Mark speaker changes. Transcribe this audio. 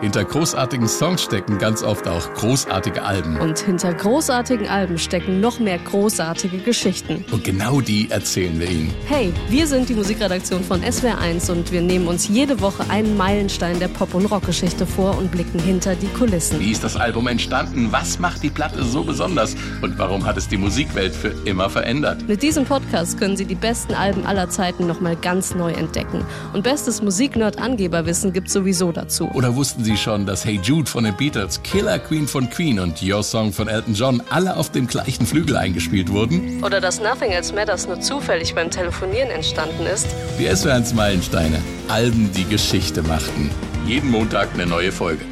Speaker 1: Hinter großartigen Songs stecken ganz oft auch großartige Alben.
Speaker 2: Und hinter großartigen Alben stecken noch mehr großartige Geschichten.
Speaker 1: Und genau die erzählen wir Ihnen.
Speaker 2: Hey, wir sind die Musikredaktion von SWR1 und wir nehmen uns jede Woche einen Meilenstein der Pop- und Rockgeschichte vor und blicken hinter die Kulissen.
Speaker 1: Wie ist das Album entstanden? Was macht die Platte so besonders? Und warum hat es die Musikwelt für immer verändert?
Speaker 2: Mit diesem Podcast können Sie die besten Alben aller Zeiten nochmal ganz neu entdecken. Und bestes Musiknerd-Angeberwissen gibt's sowieso dazu.
Speaker 1: Oder wussten Sie schon, dass Hey Jude von den Beatles, Killer Queen von Queen und Your Song von Elton John alle auf dem gleichen Flügel eingespielt wurden?
Speaker 2: Oder dass Nothing Else Matters nur zufällig beim Telefonieren entstanden ist.
Speaker 1: Die SWR1 Meilensteine. Alben, die Geschichte machten. Jeden Montag eine neue Folge.